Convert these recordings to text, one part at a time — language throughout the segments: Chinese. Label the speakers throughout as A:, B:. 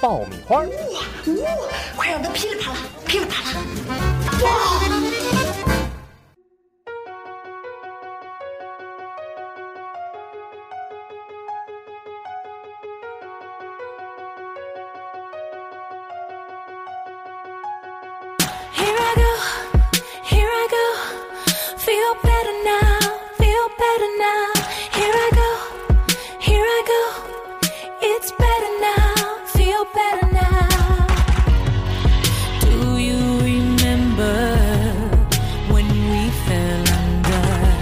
A: 爆米花》。
B: 快让它噼里啪啦，噼里啪啦！
C: Here I go, here I go, feel better now, feel better now. Here I go, here I go, it's better now, feel better now. Do you remember when we fell under?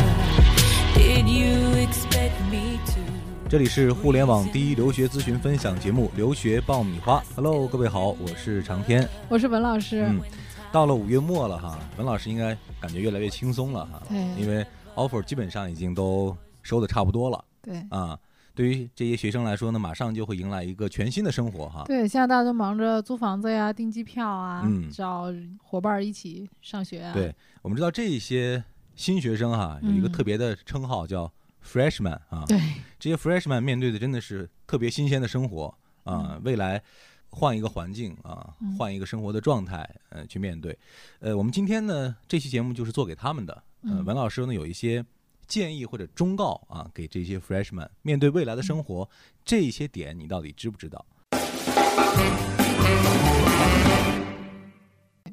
C: Did you expect me to?
D: 这里是互联网第一留学咨询分享节目《留学爆米花》。Hello，各位好，我是长天。
E: 我是文老师，
D: 嗯，到了五月末了哈，文老师应该感觉越来越轻松了哈，
E: 对
D: 因为 offer 基本上已经都收的差不多了
E: 对
D: 啊。对于这些学生来说呢，马上就会迎来一个全新的生活哈。
E: 对，现在大家都忙着租房子呀、订机票啊，
D: 嗯
E: 找伙伴儿一起上学啊。
D: 对，我们知道这些新学生哈，有一个
E: 嗯
D: 特别的称号叫 freshman 啊。
E: 对
D: 这些 freshman 面对的真的是特别新鲜的生活啊，未来换一个环境啊，
E: 嗯
D: 换一个生活的状态，呃，去面对。呃，我们今天呢，这期节目就是做给他们的。呃，
E: 嗯
D: 文老师呢有一些建议或者忠告啊，给这些 freshman 面对未来的生
E: 嗯
D: 活，这些点你到底知不知道？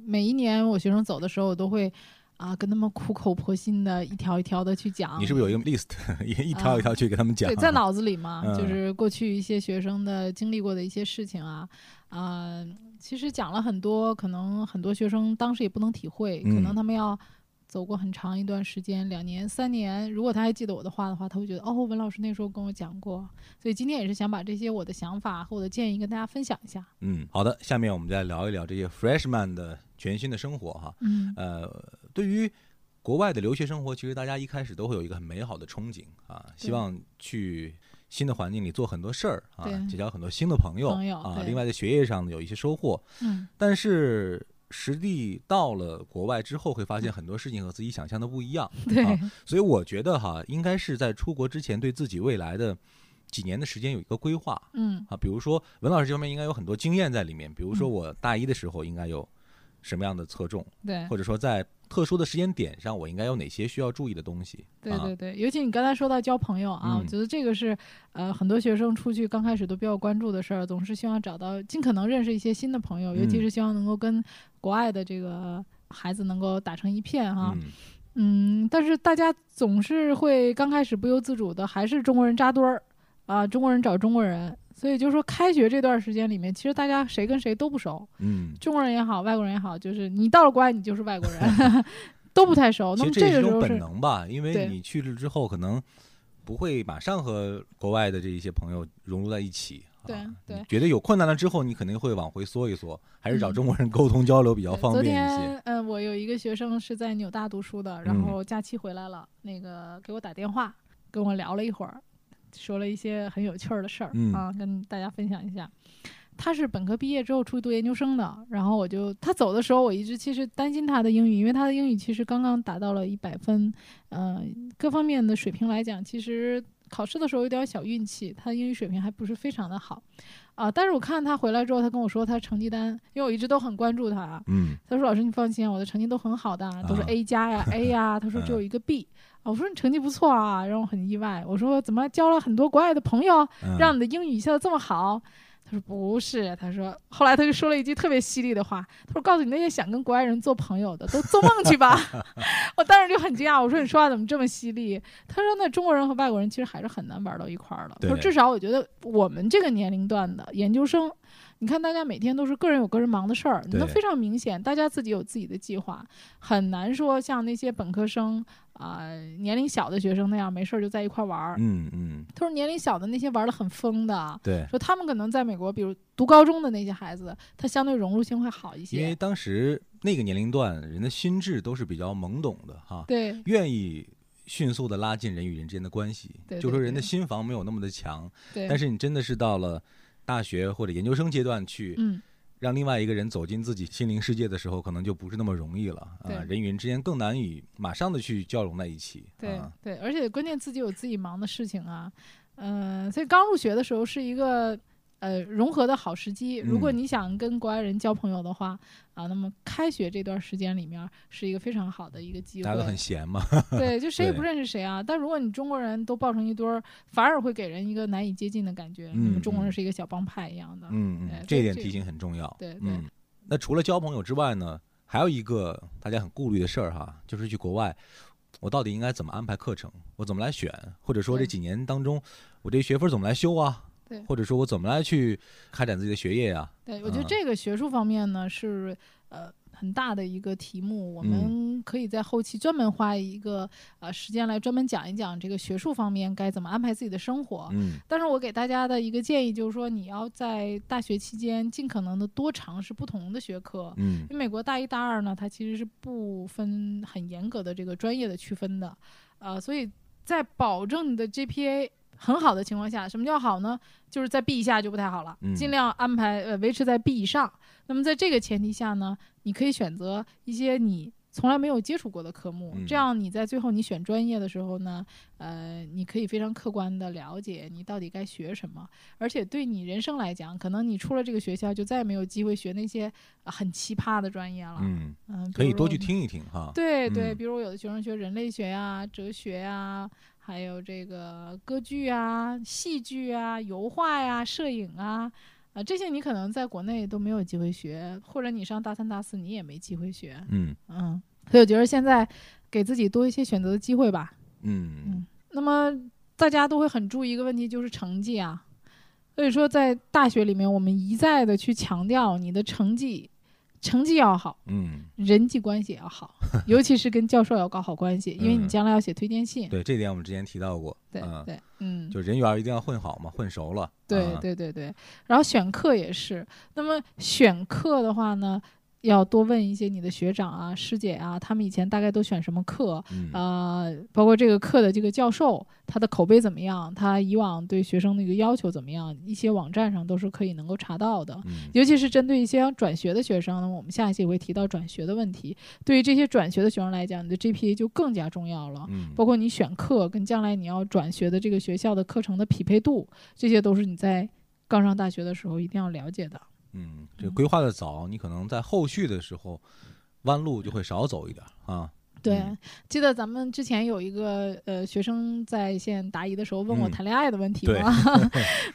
E: 每一年我学生走的时候，我都会啊跟他们苦口婆心的一条一条的去讲。
D: 你是不是有一个 list，一 一条一条去给他们讲？
E: 哦对，在脑子里嘛，
D: 嗯
E: 就是过去一些学生的经历过的一些事情啊，啊、其实讲了很多，可能很多学生当时也不能体会，可
D: 嗯
E: 能他们要走过很长一段时间，两年、三年，如果他还记得我的话的话，他会觉得哦，文老师那时候跟我讲过，所以今天也是想把这些我的想法和我的建议跟大家分享一下。
D: 嗯，好的，下面我们再聊一聊这些 freshman 的全新的生活哈。
E: 嗯，
D: 呃，对于国外的留学生活，其实大家一开始都会有一个很美好的憧憬啊，希
E: 对
D: 望去新的环境里做很多事儿啊
E: 对，
D: 结交很多新的朋友
E: 朋友
D: 啊，
E: 对
D: 另外在学业上呢有一些收获。
E: 嗯，
D: 但是实地到了国外之后，会发现很多事情和自己想象的不一样。
E: 嗯对，
D: 啊所以我觉得哈，应该是在出国之前，对自己未来的几年的时间有一个规划。
E: 嗯，
D: 啊，比如说文老师这方面应该有很多经验在里面，比如说
E: 嗯
D: 我大一的时候应该有什么样的侧重，
E: 对，
D: 或者说在特殊的时间点上我应该有哪些需要注意的东西。
E: 对
D: 啊
E: 对对，尤其你刚才说到交朋友啊，我
D: 嗯
E: 觉得这个是呃很多学生出去刚开始都比较关注的事儿，总是希望找到尽可能认识一些新的朋友，尤
D: 嗯
E: 其是希望能够跟国外的这个孩子能够打成一片哈。
D: 嗯，
E: 嗯但是大家总是会刚开始不由自主的还是中国人扎堆儿啊，中国人找中国人，所以就是说开学这段时间里面，其实大家谁跟谁都不熟，
D: 嗯，
E: 中国人也好，外国人也好，就是你到了国外你就是外国 人。都不太熟，
D: 其
E: 哦那
D: 实这
E: 么
D: 也是
E: 个
D: 一
E: 时
D: 种
E: 候
D: 本
E: 是
D: 能吧，因为
E: 对
D: 你去了之后可能不会马上和国外的这一些朋友融入在一起。啊
E: 对对
D: 你觉得有困难了之后，你肯定会往回缩一缩，还是找
E: 嗯
D: 中国人沟通交流比较
E: 对
D: 方便一
E: 嗯昨
D: 些。
E: 天，呃，我有一个学生是在纽大读书的，
D: 嗯
E: 然后假期回来了，那个给我打电话，跟我聊了一会儿，说了一些很有趣儿的事儿、
D: 嗯
E: 啊，跟大家分享一下。他是本科毕业之后出去读研究生的，然后我就他走的时候，我一直其实担心他的英语，因为他的英语其实刚刚达到了一百分，呃，各方面的水平来讲，其实考试的时候有点小运气，他的英语水平还不是非常的好，啊、但是我看他回来之后，他跟我说他成绩单，因为我一直都很关注他啊，
D: 嗯
E: 他说：“老师，你放心，我的成绩都很好的，都是
D: 啊
E: A 加呀、A 呀。”他说：“只有一个 B。啊”我说：“你成绩不错啊。”让我很意外。我说：“怎么交了很多国外的朋友，
D: 嗯，
E: 让你的英语一下子这么好？”他说：“不是。”他说：“后来他就说了一句特别犀利的话，他说：‘告诉你那些想跟国外人做朋友的，都做梦 去吧。’”我当时就很惊讶，我说：“你说话怎么这么犀利？”他说：“那中国人和外国人其实还是很难玩到一块儿的。”他说：“
D: 对
E: 至少我觉得我们这个年龄段的研究生你看，大家每天都是个人有个人忙的事儿，
D: 对
E: 那非常明显，大家自己有自己的计划，很难说像那些本科生啊、年龄小的学生那样没事儿就在一块儿玩儿。
D: 嗯嗯，
E: 他说年龄小的那些玩的很疯的，啊
D: 对，
E: 说他们可能在美国，比如读高中的那些孩子，他相对融入性会好一
D: 因为
E: 些。
D: 当时那个年龄段人的心智都是比较懵懂的哈，
E: 对
D: 愿意迅速的拉近人与人之间的关系，
E: 对
D: 就
E: 对
D: 说人的
E: 对
D: 心防没有那么的强，
E: 对，
D: 但是你真的是到了大学或者研究生阶段去
E: 嗯，
D: 让另外一个人走进自己心灵世界的时候，可能就不是那么容易了啊、
E: 对
D: 人与人之间更难以马上的去交融在一起。
E: 对、
D: 啊、
E: 对，而且关键自己有自己忙的事情啊，嗯、所以刚入学的时候是一个。呃，融合的好时机。如果
D: 嗯
E: 你想跟国外人交朋友的话，啊，那么开学这段时间里面是一个非常好的一个机会。
D: 大家都很闲嘛，
E: 对，就谁也不
D: 对
E: 认识谁啊。但如果你中国人都抱成一堆儿，反而会给人一个难以接近的感觉。那么
D: 嗯
E: 中国人
D: 嗯
E: 是一个小帮派一样的。
D: 嗯
E: 哎
D: 嗯，这一
E: 对
D: 点
E: 这
D: 提醒很重要。
E: 对对
D: 嗯，那除了交朋友之外呢，还有一个大家很顾虑的事儿哈，就是去国外，我到底应该怎么安排课程？我怎么来选？或者说这
E: 对
D: 几年当中，我这学分怎么来修啊？
E: 对
D: 或者说我怎么来去开展自己的学业呀、
E: 对，我觉得
D: 嗯
E: 这个学术方面呢是呃很大的一个题目，我
D: 嗯
E: 们可以在后期专门花一个呃时间来专门讲一讲这个学术方面该怎么安排自己的生活。
D: 嗯
E: 但是我给大家的一个建议就是说，你要在大学期间尽可能的多尝试不同的学科。
D: 嗯
E: 因为美国大一、大二呢，它其实是不分很严格的这个专业的区分的，呃，所以在保证你的 GPA 很好的情况下，什么叫好呢？就是在 B 以下就不太好了，
D: 嗯
E: 尽量安排呃维持在 B 以上。那么在这个前提下呢，你可以选择一些你。从来没有接触过的科目，
D: 嗯
E: 这样你在最后你选专业的时候呢，呃，你可以非常客观的了解你到底该学什么，而且对你人生来讲，可能你出了这个学校就再也没有机会学那些呃很奇葩的专业了。
D: 嗯，
E: 嗯，比
D: 可以
E: 如
D: 多
E: 说
D: 去。听一听哈。
E: 对对，
D: 嗯
E: 比如有的学生学人类学呀、哲学呀、还有这个歌剧啊、戏剧啊、油画呀、摄影啊，啊、这些你可能在国内都没有机会学，或者你上大三、大四你也没机会学。
D: 嗯
E: 嗯，所以我觉得现在给自己多一些选择的机会吧。
D: 嗯
E: 嗯那么大家都会很注意一个问题，就是成绩啊。所以说，在大学里面，我们一再的去强调你的成绩，成绩要好，
D: 嗯，
E: 人际关系也 要好，尤其是跟教授要搞好关系，因为
D: 嗯
E: 你将来要写推荐信。
D: 对，这点我们之前提到过。
E: 对
D: 嗯，
E: 对，嗯，
D: 就人缘儿一定要混好嘛，混熟了。
E: 对
D: 啊，
E: 对对对。然后选课也是，那么选课的话呢，要多问一些你的学长啊、师姐啊，他们以前大概都选什么课，
D: 嗯
E: 呃，包括这个课的这个教授，他的口碑怎么样？他以往对学生的一个要求怎么样？一些网站上都是可以能够查到的。
D: 嗯
E: 尤其是针对一些要转学的学生，那么我们下一期也会提到转学的问题。对于这些转学的学生来讲，你的 GPA 就更加重要了，
D: 嗯
E: 包括你选课跟将来你要转学的这个学校的课程的匹配度，这些都是你在刚上大学的时候一定要了解的。
D: 嗯，这规划的早，你可能在后续的时候弯路就会少走一点儿啊。
E: 对
D: 嗯，
E: 记得咱们之前有一个呃学生在线答疑的时候问我
D: 嗯
E: 谈恋爱的问题
D: 对
E: 嘛，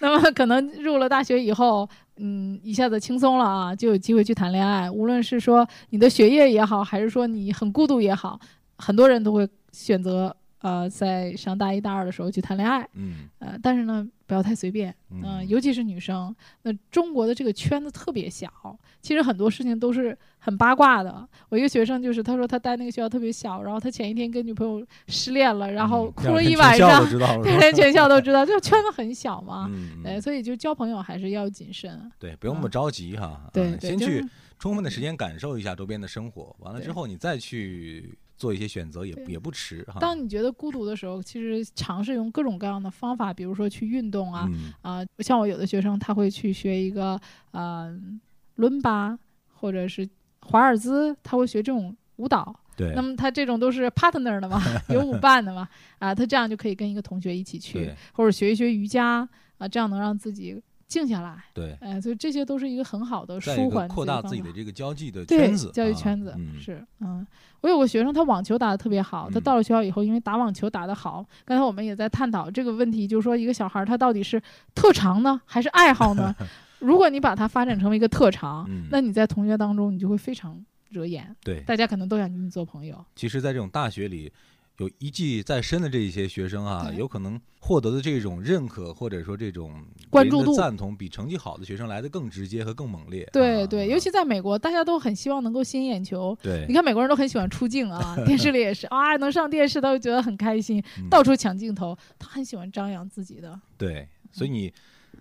E: 那么可能入了大学以后，嗯，一下子轻松了啊，就有机会去谈恋爱。无论是说你的学业也好，还是说你很孤独也好，很多人都会选择呃在上大一大二的时候去谈恋爱。
D: 嗯
E: 呃，但是呢，不要太随便，嗯、
D: 嗯
E: 尤其是女生。那中国的这个圈子特别小，其实很多事情都是很八卦的。我一个学生就是，他说他待那个学校特别小，然后他前一天跟女朋友失恋了，然后
D: 嗯
E: 哭
D: 这样
E: 了一
D: 全
E: 晚
D: 校
E: 上
D: 都，知道了
E: 对
D: 是吧。
E: 连全校都知道，这圈子很小嘛。
D: 嗯，
E: 对，
D: 嗯啊
E: 所以就交朋友还是要谨慎。
D: 对，不用那么
E: 嗯
D: 着急哈。啊
E: 对，对
D: 先
E: 就
D: 去
E: 是嗯
D: 充分的时间感受一下周边的生活，完了之
E: 对
D: 后你再去做一些选择也
E: 对
D: 也不迟哈。
E: 当你觉得孤独的时候，其实尝试用各种各样的方法，比如说去运动啊，
D: 嗯
E: 啊、像我有的学生他会去学一个呃伦巴或者是华尔兹，他会学这种舞蹈。
D: 对
E: 那么他这种都是 partner 的嘛，有舞伴的 嘛，啊，他这样就可以跟一个同学一起去
D: 对，
E: 或者学一学瑜伽啊，这样能让自己静下来。
D: 对，
E: 哎、所以这些都是一个很好的
D: 再一
E: 舒
D: 个
E: 缓
D: 扩
E: 的
D: 大
E: 方
D: 自己
E: 法
D: 的这个交际的
E: 对
D: 圈子，
E: 教育
D: 啊
E: 圈子、
D: 嗯
E: 是嗯，我有个学生，他网球打得特别好，
D: 嗯
E: 他到了学校以后，因为打网球打得好，刚才我们也在探讨这个问题，就是说一个小孩儿他到底是特长呢，还是爱 好呢？如果你把它发展成为一个特长，
D: 嗯
E: 那你在同学当中你就会非常惹眼，
D: 对。
E: 大家可能都想跟你做朋友。
D: 其实，在这种大学里，有一技在身的这一些学生啊，
E: 对
D: 有可能获得的这种认可或者说这种
E: 关注
D: 别人的
E: 度
D: 赞同，比成绩好的学生来的更直接和更猛烈。
E: 对
D: 啊
E: 对，尤其在美国，大家都很希望能够吸引眼球。你
D: 对
E: 看美国人都很喜欢出 镜啊，电视里也是啊，能上电视他会觉得很开心，
D: 嗯
E: 到处抢镜头，他很喜欢张扬自己的。
D: 对，所以你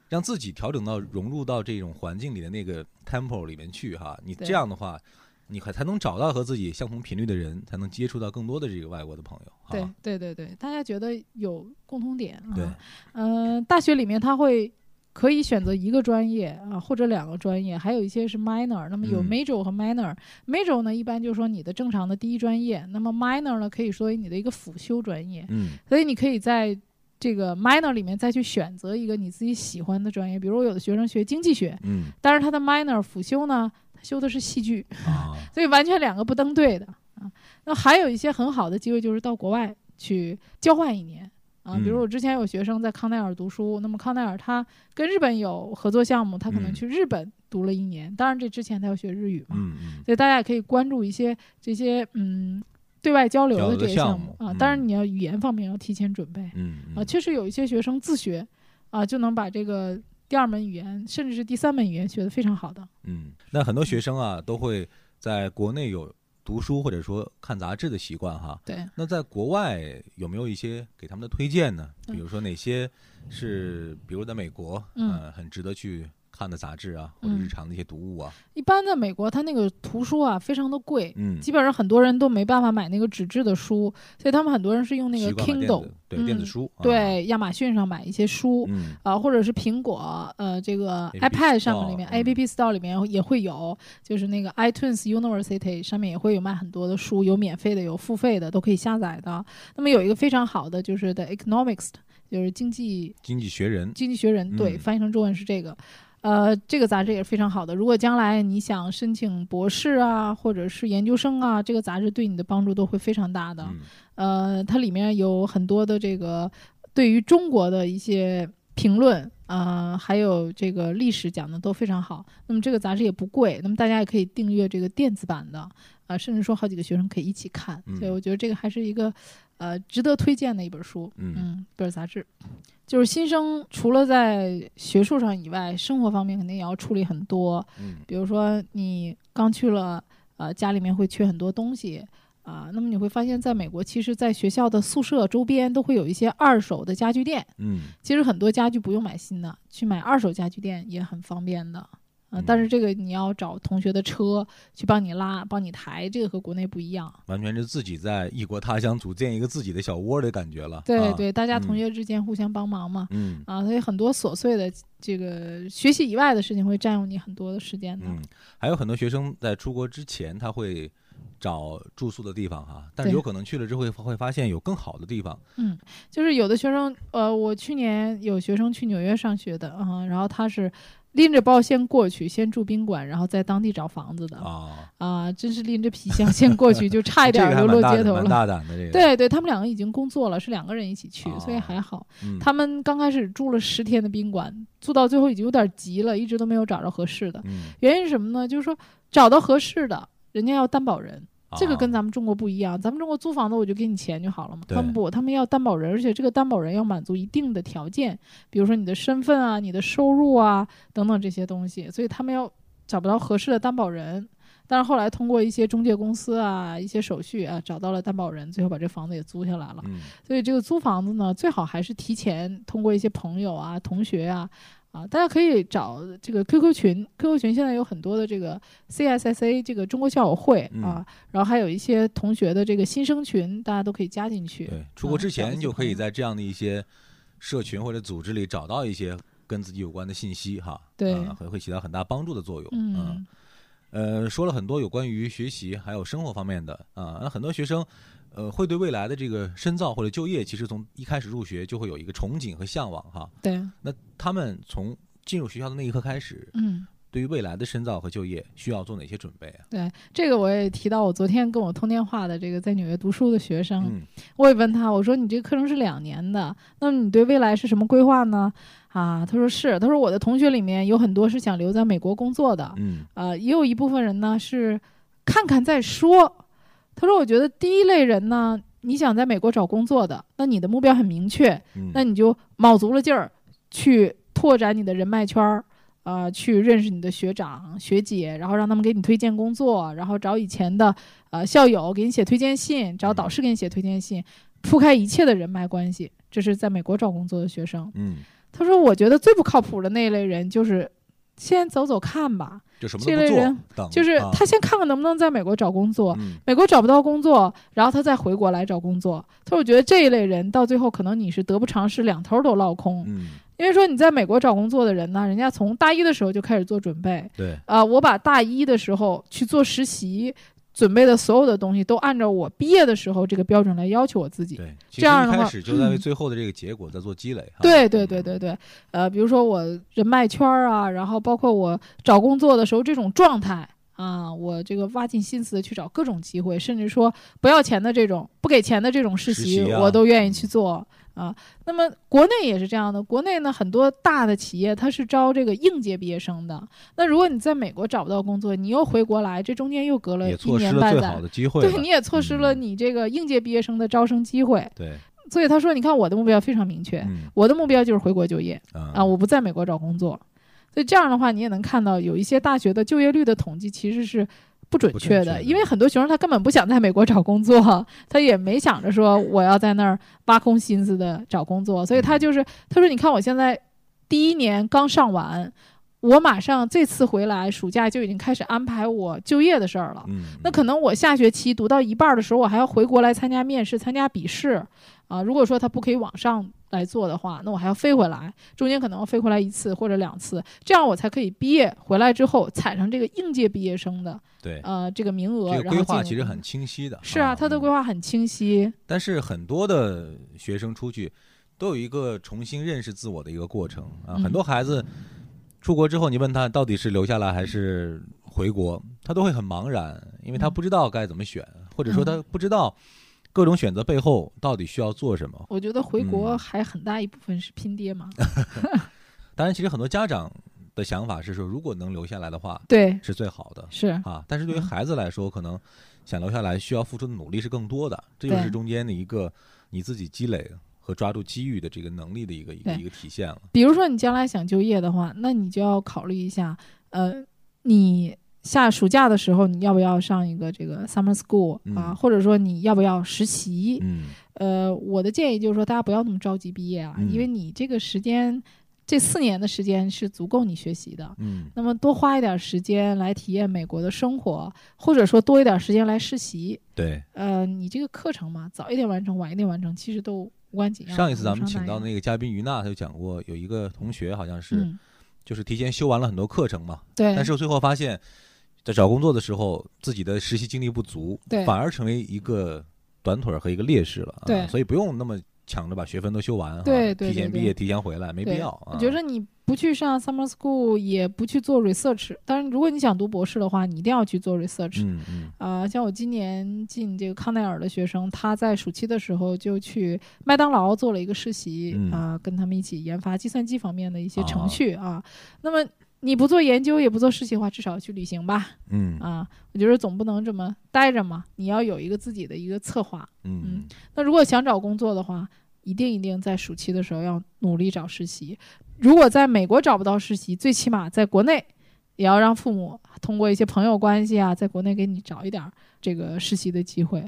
D: 让自己调整到融入到这种环境里的那个 tempo 里面去哈，你
E: 对
D: 这样的话，你还才能找到和自己相同频率的人，才能接触到更多的这个外国的朋友。哈
E: 对对对对，大家觉得有共同点啊。
D: 对，
E: 嗯、大学里面他会可以选择一个专业啊，或者两个专业，还有一些是 minor。那么有
D: 嗯
E: major 和 minor、major 呢，一般就是说你的正常的第一专业，那么 minor 呢，可以说你的一个辅修专业。
D: 嗯
E: 所以你可以在这个 minor 里面再去选择一个你自己喜欢的专业，比如有的学生学经济学，
D: 嗯
E: 但是他的 minor 辅修呢，他修的是戏剧，
D: 啊，
E: 所以完全两个不登对的啊。那还有一些很好的机会就是到国外去交换一年。啊，
D: 嗯
E: 比如我之前有学生在康奈尔读书，那么康奈尔他跟日本有合作项目，他可能
D: 嗯
E: 去日本读了一年，当然这之前他要学日语嘛，
D: 嗯嗯
E: 所以大家也可以关注一些这些嗯对外交流
D: 交
E: 的
D: 流的
E: 这些
D: 项
E: 项
D: 目
E: 目啊，
D: 嗯
E: 当然你要语言方面要提前准备
D: 嗯嗯
E: 啊，确实有一些学生自学啊就能把这个第二门语言甚至是第三门语言学得非常好的，
D: 嗯，那很多学生啊都会在国内有读书或者说看杂志的习惯哈。
E: 对。
D: 那在国外有没有一些给他们的推荐呢？比
E: 嗯
D: 如说哪些是，比如在美国，
E: 嗯
D: 呃，很值得去看的杂志啊，或者
E: 嗯
D: 日常的一些读物啊，
E: 一般在美国，它那个图书啊非常的贵，
D: 嗯，
E: 基本上很多人都没办法买那个纸质的书，所以他们很多人是用那个
D: 习惯把电
E: Kindle，
D: 子对电子
E: 嗯
D: 书，啊，
E: 对亚马逊上买一些书。
D: 嗯
E: 啊，或者是苹果，呃，这个
D: APP
E: iPad 上面里面
D: Store，嗯
E: A P P Store 里面也会有，就是那个 iTunes University 上面也会有卖很多的书，有免费的，有付费的，都可以下载的。那么有一个非常好的就是 The Economics，就是经济
D: 经济学人，
E: 经济学人》对，
D: 嗯
E: 翻译成中文是这个。呃，这个杂志也是非常好的。如果将来你想申请博士啊，或者是研究生啊，这个杂志对你的帮助都会非常大的。
D: 嗯
E: 呃，它里面有很多的这个对于中国的一些评论，呃，还有这个历史讲的都非常好。那么这个杂志也不贵，那么大家也可以订阅这个电子版的，啊、甚至说好几个学生可以一起看。
D: 嗯
E: 所以我觉得这个还是一个呃值得推荐的一本书，
D: 嗯
E: 一本杂志。就是新生除了在学术上以外，生活方面肯定也要处理很多，
D: 嗯
E: 比如说你刚去了，呃，家里面会缺很多东西啊、那么你会发现在美国，其实，在学校的宿舍周边都会有一些二手的家具店。
D: 嗯
E: 其实很多家具不用买新的，去买二手家具店也很方便的。呃
D: 嗯
E: 但是这个你要找同学的车去帮你拉、帮你抬，这个和国内不一样。
D: 完全是自己在异国他乡组建一个自己的小窝的感觉了。
E: 对
D: 啊，
E: 对，大家同
D: 嗯
E: 学之间互相帮忙嘛。
D: 嗯
E: 啊，所以很多琐碎的这个学习以外的事情会占用你很多的时间的。
D: 嗯，还有很多学生在出国之前，他会找住宿的地方哈、但是
E: 对
D: 有可能去了之后会会发现有更好的地方。
E: 就是有的学生，呃，我去年有学生去纽约上学的，嗯，然后他是拎着包先过去，先住宾馆，然后在当地找房子的，啊、
D: 啊，
E: 真是拎着皮箱先过去，就差一点
D: 这个
E: 儿
D: 还
E: 就
D: 蛮
E: 落
D: 大
E: 街
D: 胆，
E: 头
D: 蛮
E: 了。
D: 大胆的这个。，
E: 对对，他们两个已经工作了，是两个人一起去，所以
D: 哦
E: 还好。
D: 嗯，
E: 他们刚开始住了十天的宾馆，住到最后已经有点急了，一直都没有找着合适的。
D: 嗯，
E: 原因是什么呢？就是说找到合适的，人家要担保人。这个
D: 啊
E: 跟咱们中国不一样，咱们中国租房子我就给你钱就好了嘛。
D: 对
E: 他们不，他们要担保人，而且这个担保人要满足一定的条件，比如说你的身份啊、你的收入啊等等这些东西，所以他们要找不到合适的担保人。但是后来通过一些中介公司啊、一些手续啊，找到了担保人，最后把这房子也租下来了。
D: 嗯
E: 所以这个租房子呢，最好还是提前通过一些朋友啊、同学啊，啊，大家可以找这个 QQ 群，QQ 群现在有很多的这个 CSSA 这个中国校友会、
D: 嗯
E: 啊，然后还有一些同学的这个新生群，大家都可以加进去。
D: 对，出国
E: 啊
D: 之
E: 找一
D: 前
E: 些
D: 就可以
E: 朋友
D: 在这样的一些社群或者组织里找到一些跟自己有关的信息哈。
E: 对
D: 啊会会起到很大帮助的作用。
E: 嗯，
D: 呃，说了很多有关于学习还有生活方面的啊，那很多学生，呃，会对未来的这个深造或者就业，其实从一开始入学就会有一个憧憬和向往哈。
E: 对，
D: 那他们从进入学校的那一刻开始，
E: 嗯，
D: 对于未来的深造和就业需要做哪些准备啊？
E: 对，这个我也提到，我昨天跟我通电话的这个在纽约读书的学生，
D: 嗯
E: 我也问他，我说你这个课程是两年的，那么你对未来是什么规划呢？啊，他说是，他说我的同学里面有很多是想留在美国工作的，
D: 嗯
E: 呃，也有一部分人呢是看看再说。他说，我觉得第一类人呢，你想在美国找工作的，那你的目标很明确，
D: 嗯，
E: 那你就卯足了劲儿去拓展你的人脉圈儿，呃，去认识你的学长学姐，然后让他们给你推荐工作，然后找以前的呃校友给你写推荐信，找导师给你写推荐信，铺开一切的人脉关系。这是在美国找工作的学生。
D: 嗯，
E: 他说：“我觉得最不靠谱的那一类人就是先走走看吧，
D: 就什么
E: 这
D: 都
E: 类
D: 不做
E: 人，
D: 等
E: 就是
D: 啊
E: 他先看看能不能在美国找工作，
D: 嗯
E: 美国找不到工作，然后他再回国来找工作。他说，我觉得这一类人到最后可能你是得不偿失，两头都落空。
D: 嗯，
E: 因为说你在美国找工作的人呢，人家从大一的时候就开始做准备。
D: 对，
E: 啊，我把大一的时候去做实习准备的所有的东西，都按照我毕业的时候这个标准来要求我自己。
D: 对，其
E: 这样
D: 实一
E: 的
D: 开
E: 话
D: 始就在为
E: 嗯
D: 最后的这个结果在做积累哈。
E: 对对对对对，呃，比如说我人脉圈儿啊，然后包括我找工作的时候这种状态啊，我这个挖尽心思的去找各种机会，甚至说不要钱的这种、不给钱的这种实
D: 实
E: 习，
D: 习啊
E: 我都愿意去做啊。那么国内也是这样的，国内呢很多大的企业它是招这个应届毕业生的，那如果你在美国找不到工作，你又回国来，这中间又隔了
D: 嗯也
E: 一
D: 错失
E: 年
D: 了
E: 半
D: 最
E: 载
D: 好。的机会
E: 对，
D: 了
E: 你也错失了
D: 嗯
E: 你这个应届毕业生的招生机会，
D: 对，
E: 所以他说，你看我的目标非常明确，
D: 嗯
E: 我的目标就是回国就业啊，
D: 啊
E: 我不在美国找工作。所以这样的话，你也能看到有一些大学的就业率的统计其实是不准确
D: 不准确
E: 的，
D: 的
E: 因为很多学生他根本不想在美国找工作，他也没想着说我要在那儿挖空心思的找工作，所
D: 嗯
E: 以他就是他说，你看我现在第一年刚上完，我马上这次回来暑假就已经开始安排我就业的事儿了。
D: 嗯，
E: 那可能我下学期读到一半儿的时候，我还要回国来参加面试、参加笔试啊。如果说他不可以网上来做的话，那我还要飞回来，中间可能要飞回来一次或者两次，这样我才可以毕业回来之后踩上这个应届毕业生的
D: 对。
E: 呃这个名额。
D: 这个
E: 然
D: 规
E: 后
D: 划
E: 进入
D: 其实很清晰的，
E: 是啊，他的
D: 嗯
E: 规划很清晰。
D: 但是很多的学生出去都有一个重新认识自我的一个过程啊。
E: 嗯
D: 很多孩子出国之后，你问他到底是留下来还是回国，他都会很茫然，因为他
E: 嗯
D: 不知道该怎么选，或者说
E: 嗯
D: 他不知道各种选择背后到底需要做什么。
E: 我觉得回国
D: 嗯
E: 还很大一部分是拼爹嘛。
D: 当然，其实很多家长的想法是说，如果能留下来的话
E: 对，
D: 是最好的
E: 是
D: 啊。但是对于
E: 嗯
D: 孩子来说，可能想留下来需要付出的努力是更多的，这就是
E: 对
D: 中间的一个你自己积累。和抓住机遇的这个能力的一个一个
E: 对
D: 一个体现了。
E: 比如说你将来想就业的话，那你就要考虑一下，呃，你下暑假的时候你要不要上一个这个 summer school 啊，
D: 嗯
E: 或者说你要不要实习？
D: 嗯，
E: 呃，我的建议就是说，大家不要那么着急毕业啊，
D: 嗯
E: 因为你这个时间，这四年的时间是足够你学习的。
D: 嗯，
E: 那么多花一点时间来体验美国的生活，或者说多一点时间来实习。
D: 对。
E: 呃，你这个课程嘛，早一点完成，晚一点完成，其实都无关紧要。
D: 上一次咱们
E: 无伤
D: 请到
E: 大雅
D: 那个嘉宾于娜，她就讲过，有一个同学好像是、
E: 嗯，
D: 就是提前修完了很多课程嘛，
E: 对，
D: 但是最后发现，在找工作的时候自己的实习经历不足，
E: 对
D: 反而成为一个短腿儿和一个劣势了、啊。
E: 对
D: 所以不用那么抢着把学分都修完、啊，
E: 对对对
D: 提前毕业、提前回来没必
E: 对
D: 要、啊。
E: 我觉得你不去上 summer school，也不去做 research。当然，如果你想读博士的话，你一定要去做 research。
D: 嗯嗯
E: 啊、像我今年进这个康奈尔的学生，他在暑期的时候就去麦当劳做了一个实习，啊、
D: 嗯
E: 跟他们一起研发计算机方面的一些
D: 啊
E: 程序啊。那么你不做研究，也不做实习的话，至少去旅行吧。
D: 嗯
E: 啊，我觉得总不能这么待着嘛，你要有一个自己的一个策划。
D: 嗯
E: 那如果想找工作的话，一定一定在暑期的时候要努力找实习。如果在美国找不到实习，最起码在国内也要让父母通过一些朋友关系啊，在国内给你找一点儿这个实习的机会。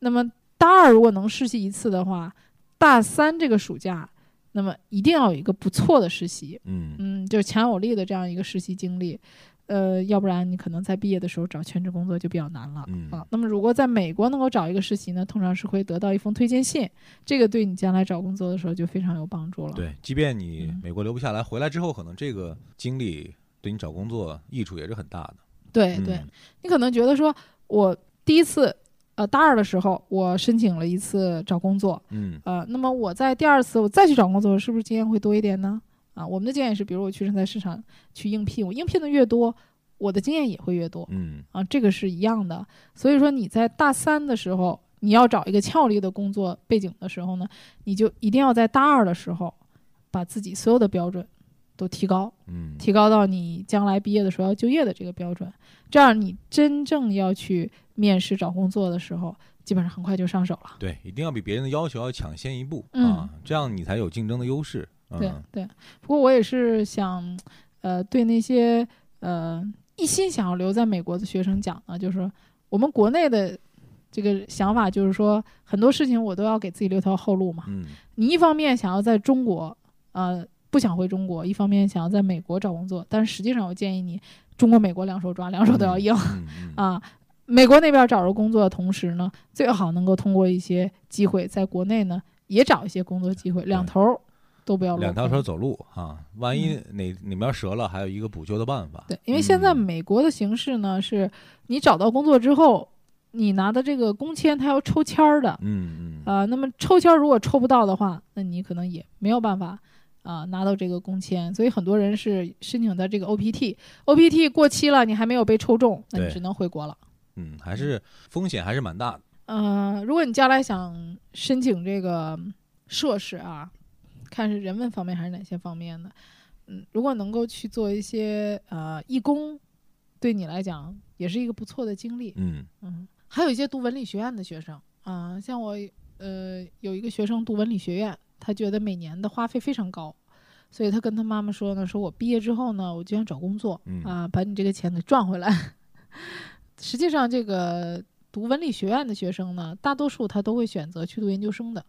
E: 那么大二如果能实习一次的话，大三这个暑假，那么一定要有一个不错的实习，
D: 嗯
E: 嗯，就是强有力的这样一个实习经历。呃，要不然你可能在毕业的时候找全职工作就比较难了。
D: 嗯
E: 啊，那么如果在美国能够找一个实习呢，通常是会得到一封推荐信，这个对你将来找工作的时候就非常有帮助了。，
D: 对，即便你
E: 嗯
D: 美国留不下来，回来之后可能这个经历对你找工作益处也是很大的。
E: 对
D: 嗯
E: 对你可能觉得说，我第一次，呃，大二的时候我申请了一次找工作，
D: 嗯
E: 呃，那么我在第二次我再去找工作，是不是经验会多一点呢？啊，我们的经验是，比如我去人才市场去应聘，我应聘的越多，我的经验也会越多。
D: 嗯
E: 啊，这个是一样的。所以说你在大三的时候，你要找一个强有力的工作背景的时候呢，你就一定要在大二的时候把自己所有的标准都提高，
D: 嗯，
E: 提高到你将来毕业的时候要就业的这个标准。这样你真正要去面试找工作的时候，基本上很快就上手了。
D: 对，一定要比别人的要求要抢先一步、啊，这样你才有竞争的优势。嗯、
E: 嗯对对，不过我也是想，呃，对那些呃一心想要留在美国的学生讲呢，就是我们国内的这个想法，就是说很多事情我都要给自己留条后路嘛。
D: 嗯，
E: 你一方面想要在中国，呃，不想回中国；一方面想要在美国找工作，但是实际上我建议你中国、美国两手抓，两手都要硬、
D: 嗯嗯
E: 啊。美国那边找着工作的同时呢，最好能够通过一些机会，在国内呢也找一些工作机会，两头儿都不要
D: 嗯
E: 落
D: 两条
E: 空
D: 船走路啊，万一哪哪边折了，还有一个补救的办法。
E: 嗯对，因为现在
D: 嗯
E: 美国的形势呢，是你找到工作之后，你拿的这个工签，它要抽签儿的。
D: 嗯嗯，
E: 啊。那么抽签儿如果抽不到的话，那你可能也没有办法啊、拿到这个工签。所以很多人是申请的这个 OPT，OPT 过期了，你还没有被抽中，那你
D: 对
E: 只能回国了。
D: 嗯，还是风险还是蛮大的。
E: 呃，如果你将来想申请这个硕士啊，看是人文方面还是哪些方面的，嗯，如果能够去做一些呃义工，对你来讲也是一个不错的经历。
D: 嗯
E: 嗯，还有一些读文理学院的学生啊、像我呃有一个学生读文理学院，他觉得每年的花费非常高，所以他跟他妈妈说呢，说我毕业之后呢，我就想找工作
D: 嗯
E: 啊、把你这个钱给赚回来。 实际上，这个读文理学院的学生呢，大多数他都会选择去读研究生的，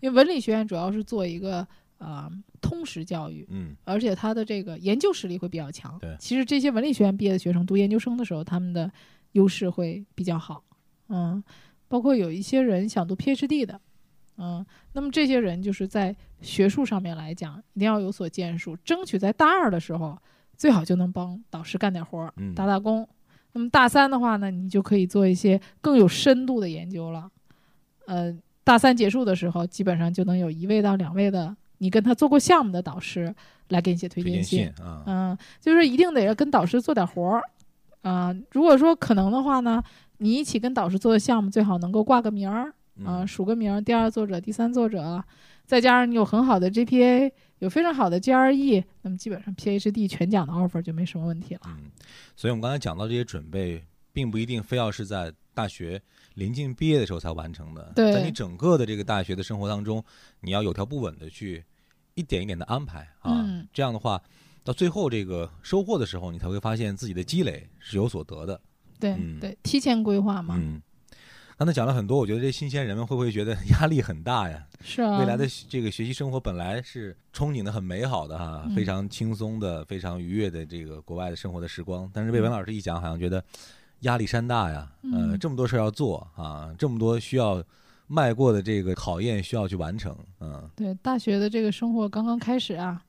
E: 因为文理学院主要是做一个啊、通识教育，
D: 嗯
E: 而且他的这个研究实力会比较强。
D: 对
E: 其实这些文理学院毕业的学生读研究生的时候，他们的优势会比较好。嗯，包括有一些人想读 PhD 的，嗯，那么这些人就是在学术上面来讲，一定要有所建树，争取在大二的时候最好就能帮导师干点活儿，
D: 嗯，
E: 打打工。那么大三的话呢，你就可以做一些更有深度的研究了。呃，大三结束的时候，基本上就能有一位到两位的你跟他做过项目的导师来给你写推
D: 推
E: 荐
D: 荐
E: 信
D: 信。啊，
E: 嗯、就是一定得要跟导师做点活儿。啊、如果说可能的话呢，你一起跟导师做的项目最好能够挂个名儿啊、
D: 嗯
E: 署个名儿，第二作者、第三作者，再加上你有很好的 GPA，有非常好的 GRE，那么基本上 PhD 全奖的 offer 就没什么问题了。
D: 嗯，所以我们刚才讲到这些准备，并不一定非要是在大学临近毕业的时候才完成的。
E: 对
D: 在你整个的这个大学的生活当中，你要有条不紊的去一点一点的安排啊。
E: 嗯
D: 这样的话，到最后这个收获的时候，你才会发现自己的积累是有所得的。
E: 对
D: 嗯
E: 对，提前规划嘛，
D: 嗯，刚才讲了很多，我觉得这新鲜人们会不会觉得压力很大呀？
E: 是啊，
D: 未来的学这个学习生活本来是憧憬的很美好的哈，
E: 嗯
D: 非常轻松的、非常愉悦的这个国外的生活的时光。但是魏文老师一讲，好像觉得压力山大呀，呃，
E: 嗯
D: 这么多事儿要做啊，这么多需要迈过的这个考验需要去完成，嗯
E: 对大学的这个生活刚刚开始啊，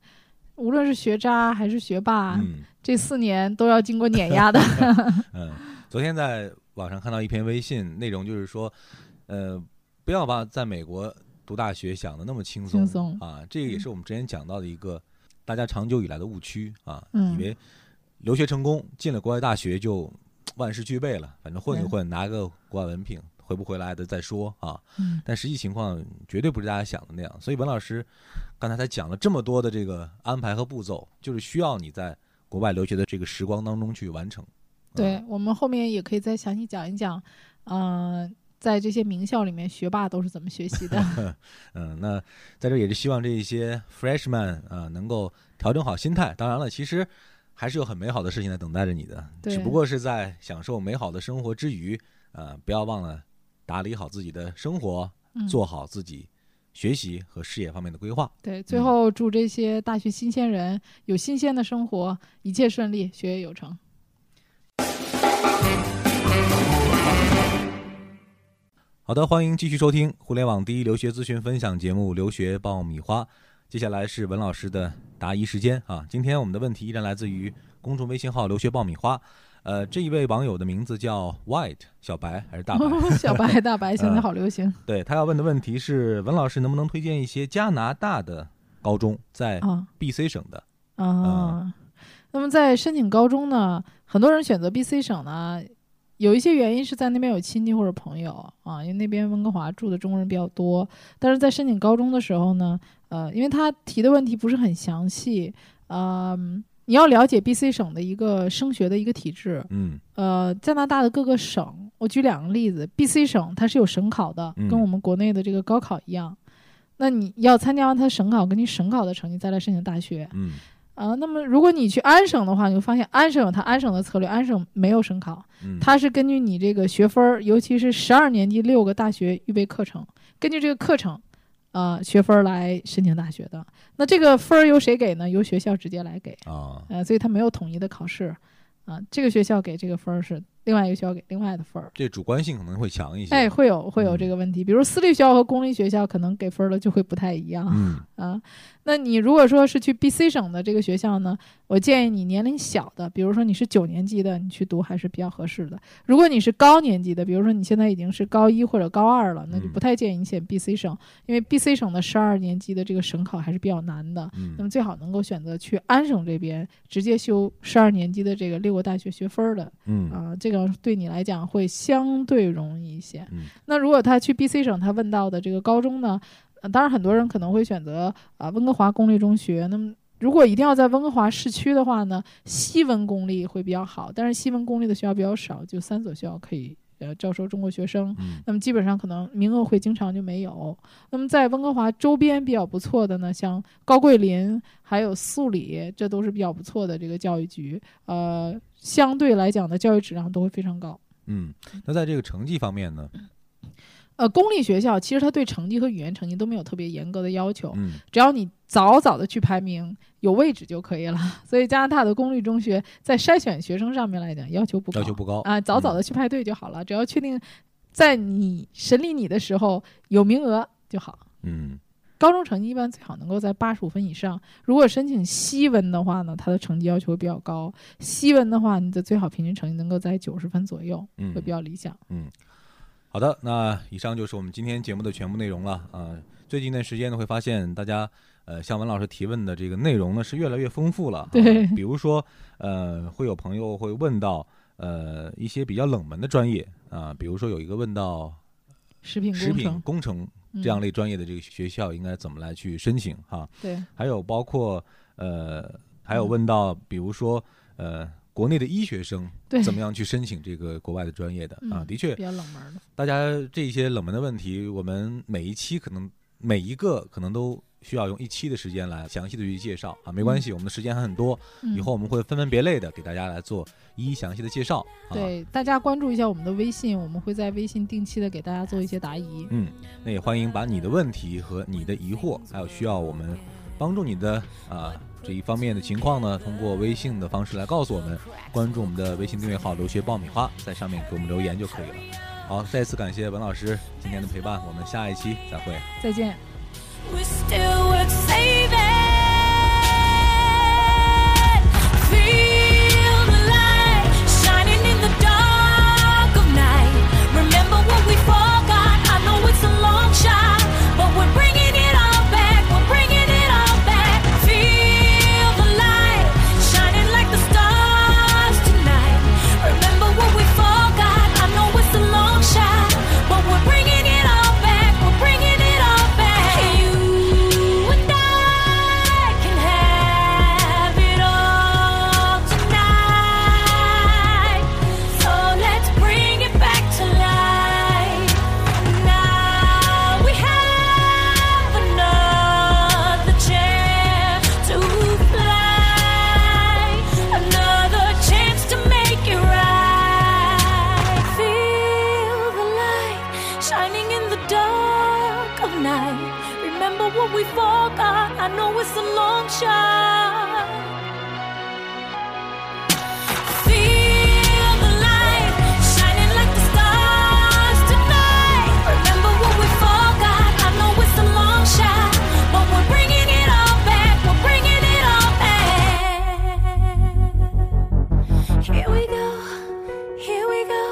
E: 无论是学渣还是学霸，
D: 嗯
E: 这四年都要经过碾压 的。
D: 嗯。昨天在网上看到一篇微信，内容就是说，呃，不要把在美国读大学想的那么轻松
E: 轻松
D: 啊，这个也是我们之前讲到的一个大家长久以来的误区啊，
E: 嗯
D: 以为留学成功进了国外大学就万事俱备了，反正混一
E: 对
D: 混，拿个国外文凭，回不回来的再说啊。
E: 嗯
D: 但实际情况绝对不是大家想的那样，所以文老师刚才才讲了这么多的这个安排和步骤，就是需要你在国外留学的这个时光当中去完成。啊
E: 对我们后面也可以再详细讲一讲，呃，在这些名校里面，学霸都是怎么学 习的。
D: 嗯，那在这也是希望这一些 freshman 啊、能够调整好心态。当然了，其实还是有很美好的事情在等待着你的，
E: 对
D: 只不过是在享受美好的生活之余，呃，不要忘了打理好自己的生活，
E: 嗯
D: 做好自己学习和事业方面的规划。
E: 对，最
D: 嗯
E: 后祝这些大学新鲜人有新鲜的生活，一切顺利，学业有成。
D: 好的，欢迎继续收听互联网第一留学咨询分享节目《留学爆米花》。接下来是文老师的答疑时间啊！今天我们的问题依然来自于公众微信号“留学爆米花”。呃，这一位网友的名字叫 White 小白还是大白？ 呃
E: 小白大白现在好流行
D: 对他要问的问题是，文老师能不能推荐一些加拿大的高中在
E: 啊。
D: BC 省的？
E: 啊，那么在申请高中呢，很多人选择 BC 省呢，有一些原因是在那边有亲戚或者朋友啊，因为那边温哥华住的中国人比较多。但是在申请高中的时候呢，呃，因为他提的问题不是很详细，嗯、你要了解 BC 省的一个升学的一个体制，
D: 嗯
E: 呃，加拿大的各个省我举两个例子，B、C 省它是有省考的，
D: 嗯
E: 跟我们国内的这个高考一样。那你要参加完它省考，根据省考的成绩再来申请大学
D: 嗯
E: 啊、那么如果你去安省的话，你会发现安省有它安省的策略，安省没有省考，
D: 嗯，
E: 它是根据你这个学分儿，尤其是十二年级六个大学预备课程，根据这个课程，呃，学分儿来申请大学的。那这个分儿由谁给呢？由学校直接来给。
D: 啊
E: 呃，所以它没有统一的考试，啊、这个学校给这个分儿是另外一个学校给另外的分儿，
D: 这主观性可能会强一些。
E: 哎，会有会有这
D: 嗯
E: 个问题，比如私立学校和公立学校可能给分儿的就会不太一样啊、
D: 嗯
E: 那你如果说是去 B、C 省的这个学校呢，我建议你年龄小的，比如说你是九年级的，你去读还是比较合适的。如果你是高年级的，比如说你现在已经是高一或者高二了，那就
D: 嗯
E: 不太建议你选 B、C 省，因为 B、C 省的十二年级的这个省考还是比较难的。那
D: 嗯
E: 么最好能够选择去安省这边直接修十二年级的这个六个大学学分儿的
D: 嗯
E: 啊、这个对你来讲会相对容易一些。
D: 嗯
E: 那如果他去 B、C 省，他问到的这个高中呢，呃当然很多人可能会选择啊、温哥华公立中学。那么如果一定要在温哥华市区的话呢，西温公立会比较好，但是西温公立的学校比较少，就三所学校可以呃招收中国学生。
D: 嗯
E: 那么基本上可能名额会经常就没有。那么在温哥华周边比较不错的呢，像高桂林还有素里，这都是比较不错的这个教育局，呃，相对来讲的教育质量都会非常高。
D: 嗯，那在这个成绩方面呢？
E: 呃，公立学校其实它对成绩和语言成绩都没有特别严格的要求，
D: 嗯
E: 只要你早早的去排名，有位置就可以了。 所以加拿大的公立中学在筛选学生上面来讲要求不高，
D: 要求不高嗯
E: 啊，早早的去排队就好了，只要确定在你审理你的时候有名额就好。
D: 嗯
E: 高中成绩一般最好能够在八十五分以上。如果申请西文的话呢，它的成绩要求会比较高。西文的话，你的最好平均成绩能够在九十分左右，
D: 嗯
E: 会比较理想。
D: 好的，那以上就是我们今天节目的全部内容了啊、最近一段时间呢，会发现大家呃向文老师提问的这个内容呢是越来越丰富了。啊
E: 对
D: 比如说呃，会有朋友会问到呃一些比较冷门的专业啊、比如说有一个问到
E: 食品
D: 食
E: 工
D: 品
E: 程
D: 工程这样类专业的这个学校应该怎么来去申请哈、
E: 嗯、对，
D: 还有包括呃，还有
E: 嗯
D: 问到比如说呃。国内的医学生
E: 对
D: 怎么样去申请这个国外的专业的啊？
E: 嗯
D: 的确，
E: 比较冷门的。
D: 大家这些冷门的问题，我们每一期可能每一个可能都需要用一期的时间来详细的去介绍啊，没关系，我们的时间还很多，
E: 嗯、
D: 以后我们会分门别类的给大家来做一一详细的介绍啊。，
E: 对大家关注一下我们的微信，我们会在微信定期的给大家做一些答疑。
D: 嗯，那也欢迎把你的问题和你的疑惑，还有需要我们帮助你的啊这一方面的情况呢，通过微信的方式来告诉我们，关注我们的微信订阅号“留学爆米花”，在上面给我们留言就可以了。好，再次感谢文老师今天的陪伴，我们下一期再会。
E: 再见。
C: We're still worth saving. Feel the light shining in the dark of night. Remember what we forgot. I know it's a long shot, but we're bringing it all back. We're bringing it all back. Feel the light shining like the stars tonight. Remember what we forgot. I know it's a long shot, but we're bringing it all back. We're bringing it all back. You and I can have it all tonight. So let's bring it back to life. Now we have another chance to fly, another chance to make it right. Feel the light shining in the dark of night. Remember what we forgot. I know it's a long shot. Feel the light shining like the stars tonight. Remember what we forgot. I know it's a long shot, but we're bringing it all back. We're bringing it all back. Here we go. Here we go.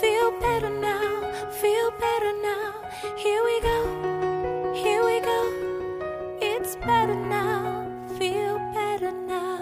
C: Feel better now. Feel better now. Here we go. Here we go. It's better now. Feel better now.